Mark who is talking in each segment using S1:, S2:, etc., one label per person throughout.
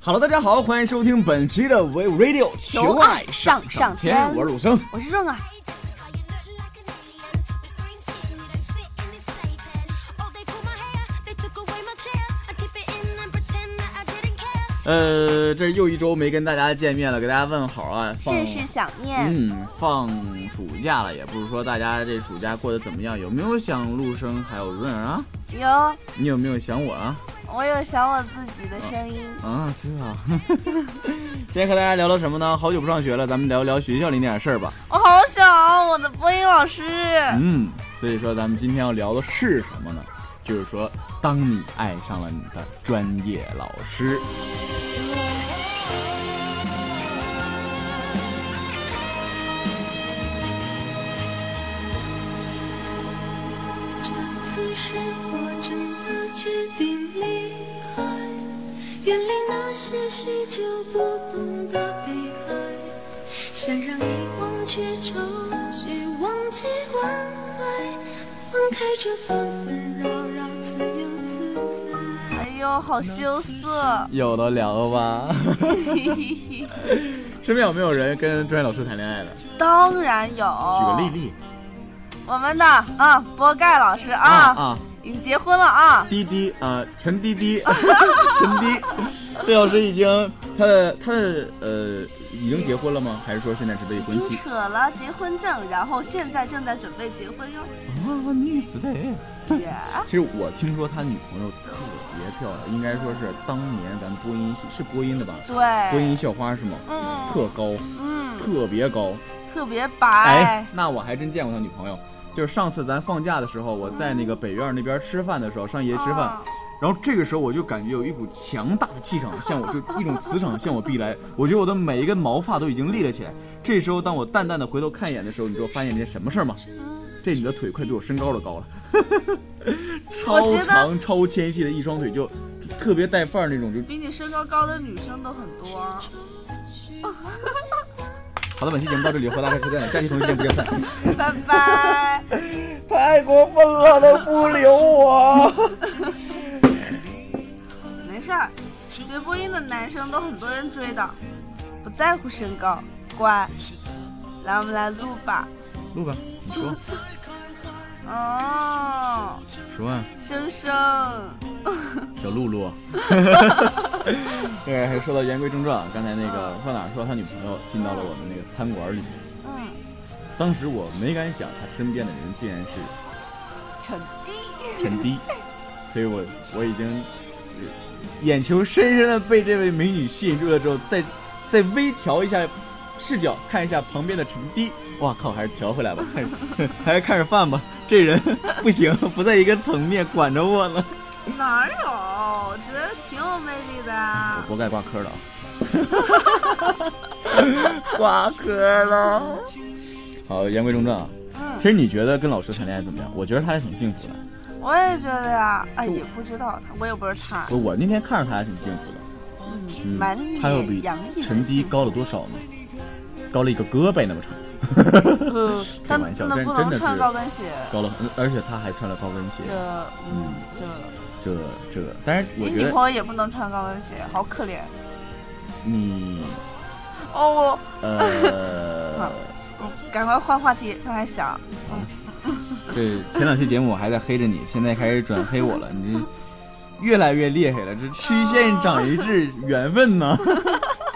S1: Hello，大家好，欢迎收听本期的 We Radio
S2: 哦
S1: 求
S2: 啊
S1: 爱上上签，我是鲁生。
S2: 我是润啊，
S1: 呃，这又一周没跟大家见面了，给大家问好啊。放
S2: 甚是想念。
S1: 嗯，放暑假了，也不是说大家这暑假过得怎么样，有没有想陆生还有润儿啊？
S2: 有、
S1: 你有没有想我啊？
S2: 我有想我自己的声音。
S1: 啊，这啊。 今天和大家聊聊什么呢？好久不上学了，咱们聊聊学校里那点事儿吧。
S2: 我好想啊我的播音老师。
S1: 嗯，所以说咱们今天要聊的是什么呢？就是说，当你爱上了你的专业老师。
S3: 此时我真的决定离开，远离那些许久不懂的悲哀。想让你忘却愁绪，忘记晚爱，放开这纷纷扰扰，自由自在。
S2: 哎呦，好羞涩。
S1: 有的聊吧。 嗯身边有没有人跟专业老师谈恋爱的？
S2: 当然有。
S1: 举个例例
S2: 我们的啊，波盖老师啊，
S1: 啊，
S2: 已经结婚了啊。
S1: 滴滴啊，陈滴滴， 陈滴，魏老师已经他的他的呃已经结婚了吗？还是说现在是未婚
S2: 已
S1: 妻
S2: 经？扯了结婚证，然后现在正在准备结婚哟。
S1: 啊，你死的！
S2: 耶、
S1: 其实我听说他女朋友特别漂亮，应该说是当年咱们播音系是播音的吧？播音
S2: 对，
S1: 校花是吗？
S2: 嗯
S1: 特高，
S2: 嗯，
S1: 特别高。
S2: 特别白
S1: 哎，，那我还真见过他女朋友。就是上次咱放假的时候，我在那个北院那边吃饭的时候，上爷吃饭，
S2: 啊
S1: 然后这个时候我就感觉有一股强大的气场向我，就一种磁场向我逼来。 我觉得我的每一根毛发都已经立了起来。这时候，当我淡淡的回头看一眼的时候，你知道发现一件什么事儿吗？这你的腿快比我身高都高了，
S2: 我
S1: 超
S2: 觉得
S1: 长超纤细的一双腿就，就特别带范儿那种， 就
S2: 比你身高高的女生都很多。
S1: 好的，本期节目到这里，回答开车站，下期同一时间不见不散。
S2: 拜拜。
S1: 太过分了，都不留我。
S2: 没事儿，学播音的男生都很多人追的，不在乎身高，乖。来，我们来录吧。
S1: 录吧，你说
S2: 哦，
S1: 十万
S2: 生生，
S1: 小露露。 对，还说到言归正传，啊刚才那个说哪儿说他女朋友进到了我们那个餐馆里，
S2: 嗯，
S1: 当时我没敢想他身边的人竟然是
S2: 陈低，
S1: 陈迪，所以我我已经眼球深深的被这位美女吸引住了之后，再再微调一下视角看一下旁边的陈迪，哇靠，还是调回来吧，看 还是看着饭吧，这人 不行，不在一个层面管着我呢。
S2: 哪有？我觉得挺有魅力
S1: 我
S2: 的啊。
S1: 不该挂科了，挂科了。好，言归正传啊，
S2: 嗯
S1: 其，实你觉得跟老师谈恋爱怎么样？我觉得他还挺幸福的。
S2: 我也觉得呀。哎，也不知道他，我也不是他。
S1: 我我那天看着他还挺幸福的，
S2: 嗯，
S1: 嗯
S2: 满，
S1: 他又比
S2: 脸洋溢。
S1: 陈迪。高了多少呢？高了一个胳膊那么长，
S2: 嗯，
S1: 开
S2: 但
S1: 玩笑
S2: 那
S1: 真
S2: 不
S1: 真
S2: 能
S1: 的是
S2: 穿高跟鞋。
S1: 高了，嗯而且他还穿了高跟鞋
S2: 这，，嗯，这。
S1: 这这，但是我
S2: 你
S1: 觉
S2: 女
S1: 得
S2: 朋友也不能穿高跟鞋，好可怜。
S1: 你
S2: 哦，我
S1: 呃
S2: 好，嗯赶快换话题，刚才想，
S1: 这前两期节目我还在黑着你，现在开始转黑我了，你这越来越厉害了，这吃一堑长一智，缘分呢。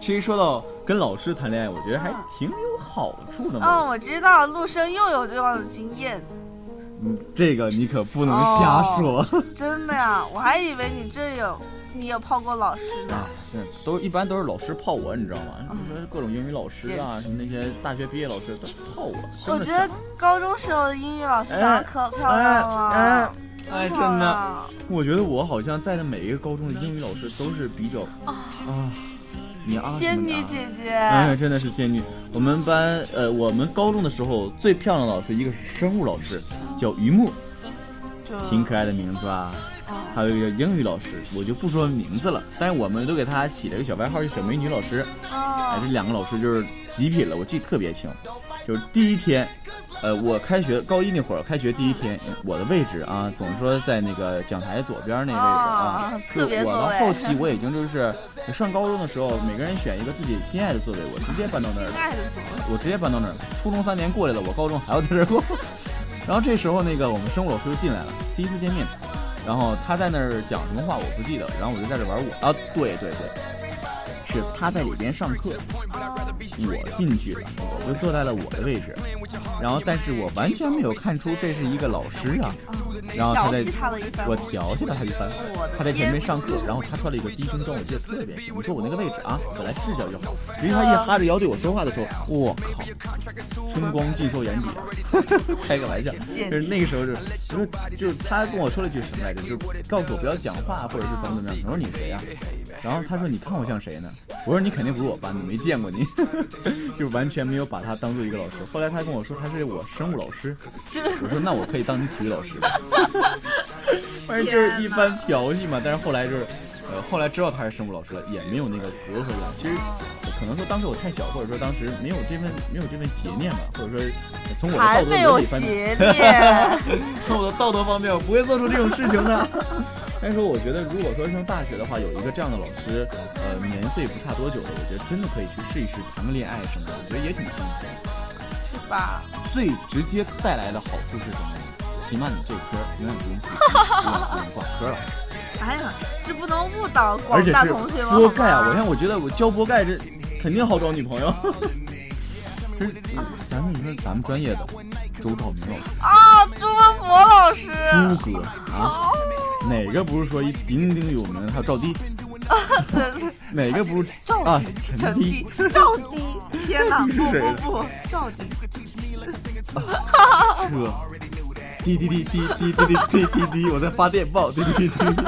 S1: 其实说到跟老师谈恋爱，我觉得还挺有好处的嘛。
S2: 嗯哦，我知道陆生又有这样的经验，
S1: 嗯，这个你可不能瞎
S2: 哦
S1: 说、
S2: 真的呀，我还以为你这有，你有泡过老师呢
S1: 啊。。是，都一般都是老师泡我，你知道吗？
S2: 嗯
S1: 你说各种英语老师啊，什么那些大学毕业老师都泡我，
S2: 我
S1: 真的
S2: 觉
S1: 假
S2: 得
S1: 的？
S2: 高中时候的英语老师长得可漂
S1: 哎
S2: 亮
S1: 哎
S2: 了，啊
S1: 哎，真
S2: 漂亮
S1: 的。我觉得我好像在的每一个高中的英语老师都是比较啊，你啊
S2: 哦仙
S1: 什么
S2: 女
S1: 呀
S2: 姐
S1: 哎，
S2: 姐，
S1: 真的是仙女。我们班呃，我们高中的时候最漂亮的老师一个是生物老师，叫榆木，
S2: 就哦
S1: 挺可爱的名字啊。还有一个英语老师，我就不说名字了，但是我们都给他起了一个小外号，叫小美女老师。哎，
S2: 哦
S1: 这两个老师就是极品了，我记得特别清。就是第一天，呃，我开学高一那会儿，开学第一天，我的位置啊，总是说在那个讲台左边那个位置啊，
S2: 哦
S1: 就
S2: 特别
S1: 我
S2: 座
S1: 到
S2: 位
S1: 后期我已经就是上高中的时候，每个人选一个自己心爱的座位，我直接搬到那儿了。
S2: 爱的怎么？
S1: 我直接搬到那儿了。初中三年过来了，我高中还要在这儿过。 然后这时候那个我们生物老师就进来了，第一次见面，然后他在那儿讲什么话我不记得，然后我就在这玩我啊，对对对，是他在里边上课，我进去了，我就坐在了我的位置，然后但是我完全没有看出这是一个老师啊，然后他在
S2: 调戏他了一番
S1: 我调戏了他一番
S2: 我的，
S1: 他在前面
S2: 天
S1: 上课，然后他穿了一个低胸装，我记得特别清。你说我那个位置啊，本来视角就好，只是他一哈着腰对我说话的时候，我靠，春光尽收眼底啊！ 开个玩笑，就是那个时候就是就是就是他跟我说了一句什么来着，就是告诉我不要讲话，或者是怎么怎么样。我说你谁呀、然后他说你看我像谁呢？我说你肯定不是我班的，没见过你， 就完全没有把他当做一个老师。后来他跟我说他是我生物老 师，我说那我可以当你体育老师吧。反正就是一般调戏嘛，但是后来就是，呃，后来知道他是生物老师了，也没有那个隔阂了。其实可能说当时我太小，或者说当时没有这份没有这份邪念吧，或者说呃从我的道
S2: 还
S1: 德
S2: 没有
S1: 伦理方面，
S2: 邪念，
S1: 从我的道德方面，我不会做出这种事情的。 但是我觉得，如果说上大学的话，有一个这样的老师，呃，年岁不差多久了，我觉得真的可以去试一试谈个恋爱什么的，我觉得也挺幸福的。
S2: 是吧？
S1: 最直接带来的好处是什么呢？起码你这科永远不用 复习，永远不用挂科了。
S2: 哎呀，这不能误导
S1: 而
S2: 广
S1: 且
S2: 大
S1: 是
S2: 同学们。
S1: 波盖啊！
S2: 好
S1: 我
S2: 吗
S1: 看我觉得我教波盖这肯定好找女朋友。 其实咱们你说咱们专业的周道明老
S2: 啊，朱文博老师，
S1: 师、 朱哥啊，
S2: 哦，
S1: 哪个不是说一鼎鼎有名？还有赵低，
S2: 啊对，
S1: 哪个不是
S2: 赵
S1: 啊
S2: 迪？
S1: 陈
S2: 陈
S1: 低
S2: 迪，，赵迪，天哪，
S1: 你 是
S2: 不
S1: 谁
S2: 不不，赵迪，
S1: 车，滴滴滴滴滴滴滴滴滴滴，我在发电报，滴滴滴 滴。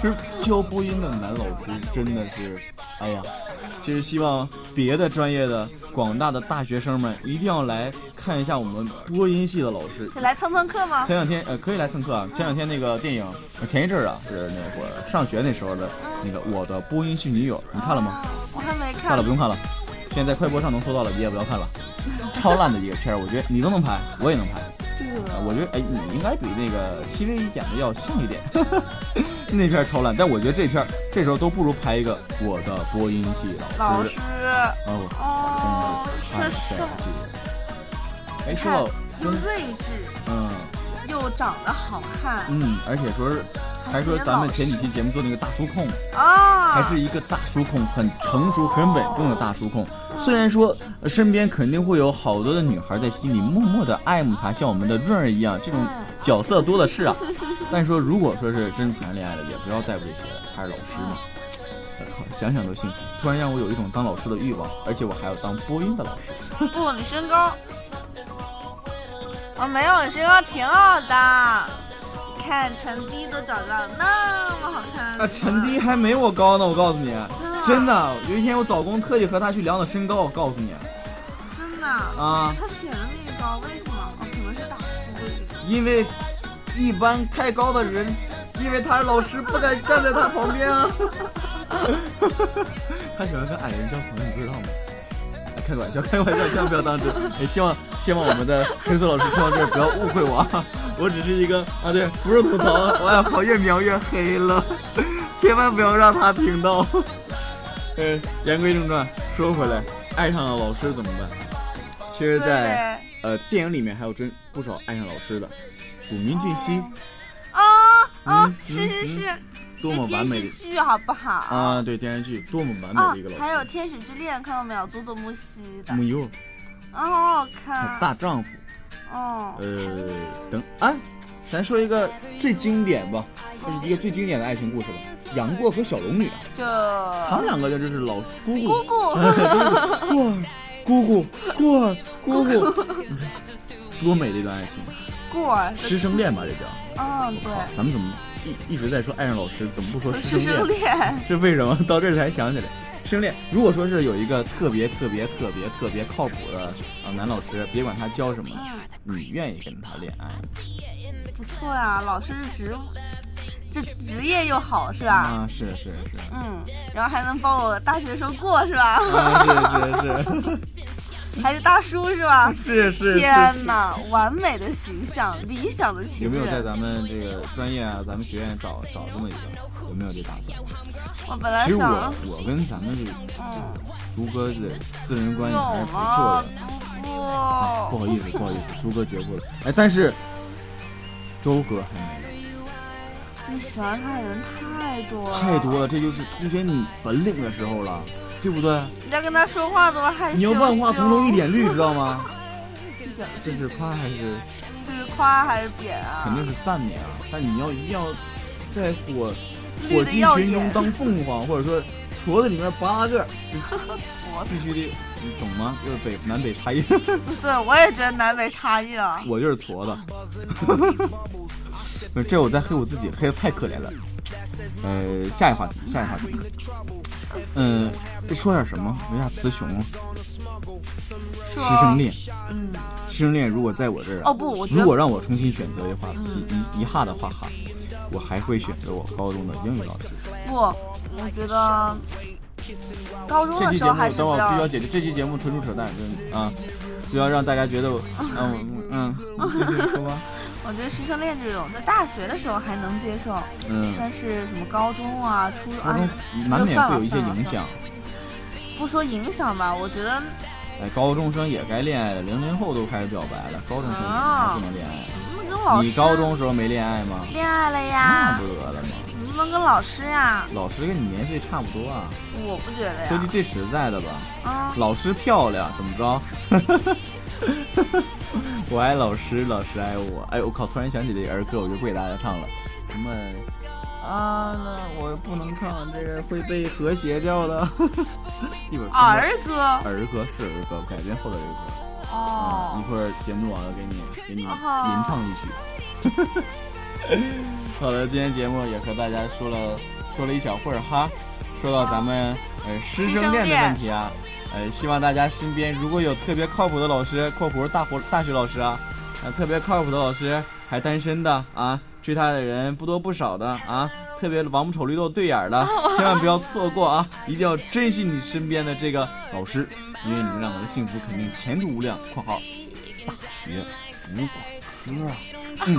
S1: 就是教播音的男老师真的是，哎呀，就是希望别的专业的广大的大学生们一定要来看一下我们播音系的老师。
S2: 你来蹭蹭课吗？
S1: 前两天呃可以来蹭课啊，前两天那个电影，呃前一阵儿啊是那会儿上学那时候的那个我的播音系女友，你看了吗？
S2: 我还没
S1: 算
S2: 看
S1: 了，不，用看了。现在在快播上能搜到了，你也不要看了。 超烂的一个片儿，我觉得你都能拍，我也能拍。
S2: 这
S1: 啊
S2: 个
S1: 我觉得哎，你应该比那个《七 V 一》演的要像一点。 那片儿超烂，但我觉得这片儿这时候都不如拍一个我的播音系老
S2: 老
S1: 师
S2: 师，。
S1: 哦，
S2: 哦，
S1: 真的是太
S2: 这是
S1: 帅气了。哎，说
S2: 看
S1: 到
S2: 又睿智
S1: 嗯
S2: 又长得好看
S1: 嗯，而且说是还说咱们前几期节目做那个大叔控，
S2: 啊，
S1: 还是一个大叔控，很成熟、很稳重的大叔控。虽然说呃身边肯定会有好多的女孩在心里默默的爱慕他，像我们的润儿一样，这种角色多的是啊。但是说，如果说是真谈恋爱了，也不要在乎这些了，他是老师嘛。呃想想都幸福，突然让我有一种当老师的欲望，而且我还要当播音的老师。
S2: 不，你身高。哦，没有，你身高挺好的。你看陈迪都找到那么好看的
S1: 啊，陈迪还没我高呢，我告诉你，真
S2: 真的
S1: 的，有一天我早工特意和他去量了身高，我告诉你
S2: 真的，
S1: 啊。
S2: 他写的那个高，为什么？哦，可能是打书
S1: 因为一般太高的人，因为他是老师，不敢站在他旁边啊。 他喜欢跟矮人交朋友，你不知道吗？哎开个玩笑，开个玩笑，千万不要当 真。也希望希望我们的陈思老师听到这儿不要误会我啊， 我只是一个啊，对，不是吐槽啊， 我要靠越描越黑了，千万不要让他听 到。呃，言归正传，说回来，爱上了老师怎么办？其实，在
S2: 对
S1: 呃，电影里面还有真不少爱上老师的，古明俊熙
S2: 啊啊
S1: 嗯，
S2: 是
S1: 嗯
S2: 是是，
S1: 多么
S2: 这
S1: 完
S2: 电
S1: 美
S2: 视
S1: 的
S2: 剧好不好？啊，
S1: 啊，对电视剧多么完美的一个
S2: 还
S1: 老
S2: 有
S1: 师
S2: 《天使之恋》，看到没有？佐佐木希的，
S1: 木优
S2: 啊，好好看。
S1: 大丈夫，
S2: 哦，
S1: 呃，等哎，咱说一个最经典吧，就是一个最经典的爱情故事吧，杨过和小龙女啊，
S2: 这
S1: 他们两个就是老姑姑
S2: 姑姑
S1: 姑姑过儿姑姑姑， 多美的一段爱情，
S2: 过儿，
S1: 师生恋吧这叫。
S2: 嗯，对，
S1: 咱们怎么一一直在说爱上老师，怎么不说师
S2: 师
S1: 生恋
S2: 生？恋，
S1: 这为什么到这儿才想起来？生恋，如果说是有一个特别特别特别特别靠谱的呃男老师，别管他教什么，
S2: 嗯。
S1: 哎你愿意跟他恋爱？
S2: 不错呀、老师是植物，这职业又好是吧？
S1: 啊，是是是，
S2: 嗯，然后还能帮我大学生过是吧？
S1: 啊
S2: 还是大叔是吧？
S1: 是是是是是。
S2: 天哪，完美的形象，理想的
S1: 有
S2: 情
S1: 没有在
S2: 人。
S1: 咱们这个专业啊，咱们学院找找这么一个？有没有这打算？
S2: 我本来
S1: 其实
S2: 想，
S1: 我我跟咱们这个
S2: 嗯，
S1: 朱哥的私人关系还是
S2: 有
S1: 不错
S2: 吗
S1: 的。？
S2: 不
S1: 不好意思，不好意思，朱哥结婚了。哎，但是周哥还没有。
S2: 你喜欢他的人太多了，
S1: 太多了，这就是凸显你本领的时候了，对不对？
S2: 你在跟他说话都害羞。
S1: 你要万花丛中一点绿，知道 吗？
S2: 一点
S1: 这是夸还是
S2: 这是夸还是贬啊？
S1: 肯定是赞美啊？但你要一定要在火
S2: 绿
S1: 火
S2: 的
S1: 鸡
S2: 耀
S1: 群中
S2: 眼，
S1: 当凤 凰，或者说矬子里面拔个，
S2: 我
S1: 必须得，你懂吗？就是北南北差异，
S2: 对我也觉得南北差异啊。
S1: 我就是矬子。不是这我在黑我自己，黑的太可怜了。呃，下一话题，下一话题。嗯、说点什么？为啥雌雄啊？
S2: 是
S1: 师生
S2: 吧？
S1: 恋。
S2: 嗯，
S1: 师生恋如果在我这儿啊
S2: 哦不我觉得
S1: 如果让我重新选择的话，一一一哈的话哈，我还会选择我高中的英语老师。
S2: 不，我觉得高中
S1: 这
S2: 的
S1: 期
S2: 时
S1: 节
S2: 候
S1: 目
S2: 还是
S1: 等
S2: 不
S1: 我必须
S2: 要
S1: 要。解决，这期节目纯属扯淡，真的啊，不要让大家觉得我，嗯嗯， 嗯继续说吧，
S2: 我觉得师生恋这种在大学的时候还能接受，
S1: 嗯，
S2: 但是什么高中啊、初
S1: 高
S2: 啊，
S1: 中难免会有一些影响。
S2: 不说影响吧，我觉得
S1: 哎，高中生也该恋爱了，零零后都开始表白了，高中生怎么还不能恋爱？
S2: 不能跟啊老师啊
S1: 你高中时候没恋爱吗？
S2: 恋爱了
S1: 那
S2: 呀
S1: 不，得了吗？
S2: 你不能跟老师呀，
S1: 老师跟你年岁差不多啊，
S2: 我不觉得
S1: 说句
S2: 呀，
S1: 最实在的吧，
S2: 啊，
S1: 老师漂亮，怎么着？ 我爱老师，老师爱我。哎，我靠！突然想起这个儿歌，我就不给大家唱了。什么啊？那我不能唱，这个会被和谐掉的。 一会儿
S2: 儿歌
S1: 儿歌是儿歌，改编后的儿歌。
S2: 哦
S1: 一，会儿节目完了，给你给你吟
S2: 哦
S1: 唱一曲。 好的，今天节目也和大家说了说了一小会儿哈，说到咱们呃师生恋的问题啊，呃，希望大家身边如果有特别靠谱的老师（括弧大伙大学老师啊），呃，特别靠谱的老师还单身的啊，追他的人不多不少的啊，特别王八瞅绿豆对眼儿的，啊千万不要错过啊，一定要珍惜你身边的这个老师，因为你们两个的幸福肯定前途无量（括号大学无管科啊）。嗯，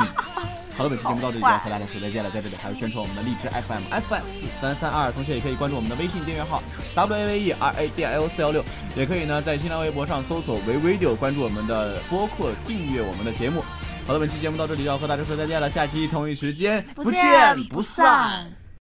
S1: 好的，本期节目到这里就要和大家说再见了。在这里还要宣传我们的荔枝 FM FM 四三三二，同时也可以关注我们的微信订阅号 W A V E R A D I O 四幺六，也可以呢在新浪微博上搜索“维 radio”，关注我们的播客，订阅我们的节目。好的，本期节目到这里就要和大家说再见了，下期同一时间
S2: 不
S1: 不
S2: 见
S1: 见
S2: 不
S1: 不
S2: 散
S1: 散。